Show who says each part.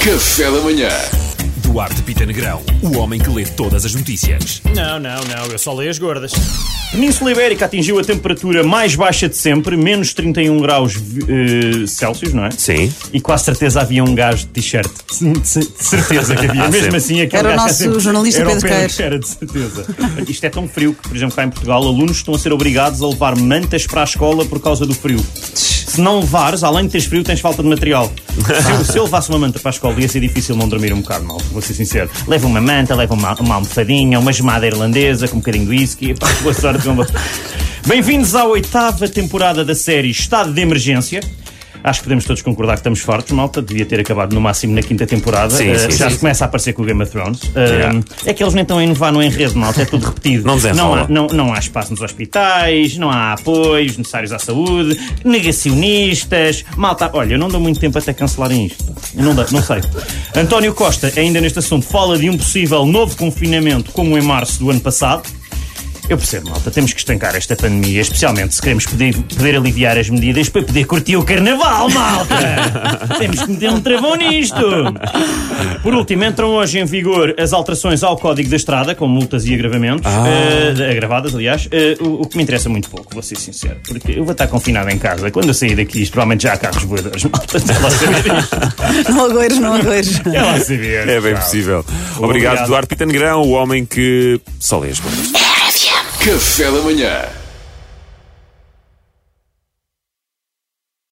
Speaker 1: Café da Manhã.
Speaker 2: Duarte Pita Negrão, o homem que lê todas as notícias.
Speaker 3: Não, não, não, eu só leio as gordas. Península Ibérica atingiu a temperatura mais baixa de sempre, menos 31 graus eh, Celsius, não é?
Speaker 2: Sim.
Speaker 3: E quase certeza havia um gajo de t-shirt. De ce- de certeza que havia.
Speaker 2: Ah,
Speaker 3: Mesmo
Speaker 2: sempre.
Speaker 3: assim, aquele
Speaker 4: Era o
Speaker 3: gajo
Speaker 4: nosso
Speaker 3: está sempre-
Speaker 4: jornalista
Speaker 3: era o
Speaker 4: Pedro Queiro.
Speaker 3: Era de certeza. Isto é tão frio que, por exemplo, cá em Portugal, alunos estão a ser obrigados a levar mantas para a escola por causa do frio. Se não levares, além de teres frio, tens falta de material. Se eu, se eu levasse uma manta para a escola, ia ser difícil não dormir um bocado mal, vou ser sincero. Leva uma manta, leva uma, uma almofadinha, uma gemada irlandesa com um bocadinho de whisky. Pá, boa sorte. João Bo- Bem-vindos à oitava temporada da série Estado de Emergência. Acho que podemos todos concordar que estamos fartos, malta. Devia ter acabado no máximo na quinta temporada.
Speaker 2: Sim,
Speaker 3: Eh,
Speaker 2: sim,
Speaker 3: já
Speaker 2: sim.
Speaker 3: se começa a aparecer com o Game of Thrones. Eh,
Speaker 2: Yeah.
Speaker 3: É que eles nem estão a inovar no enredo, malta. É tudo repetido.
Speaker 2: Não desenrola.
Speaker 3: há- não, não há espaço nos hospitais, não há apoios necessários à saúde, negacionistas, malta. Olha, eu não dou muito tempo até cancelarem isto. Não dá, não sei. António Costa, ainda neste assunto, fala de um possível novo confinamento, como em março do ano passado. Eu percebo, malta, temos que estancar esta pandemia, especialmente se queremos poder, poder aliviar as medidas para poder curtir o carnaval, malta! temos que meter um travão nisto! Por último, entram hoje em vigor as alterações ao Código da Estrada, com multas e agravamentos,
Speaker 2: Ah.
Speaker 3: eh, de- agravadas, aliás, eh, o, o que me interessa muito pouco, vou ser sincero, porque eu vou estar confinado em casa. Quando eu sair daqui, isto provavelmente já há carros voadores, malta, está lá a saber isto.
Speaker 4: Não agoires, não agoires.
Speaker 3: Está lá a saber.
Speaker 2: É bem
Speaker 3: Tchau.
Speaker 2: possível. Obrigado,
Speaker 3: Obrigado.
Speaker 2: Duarte Pita Negrão, o homem que só lê as coisas.
Speaker 1: Café da Manhã.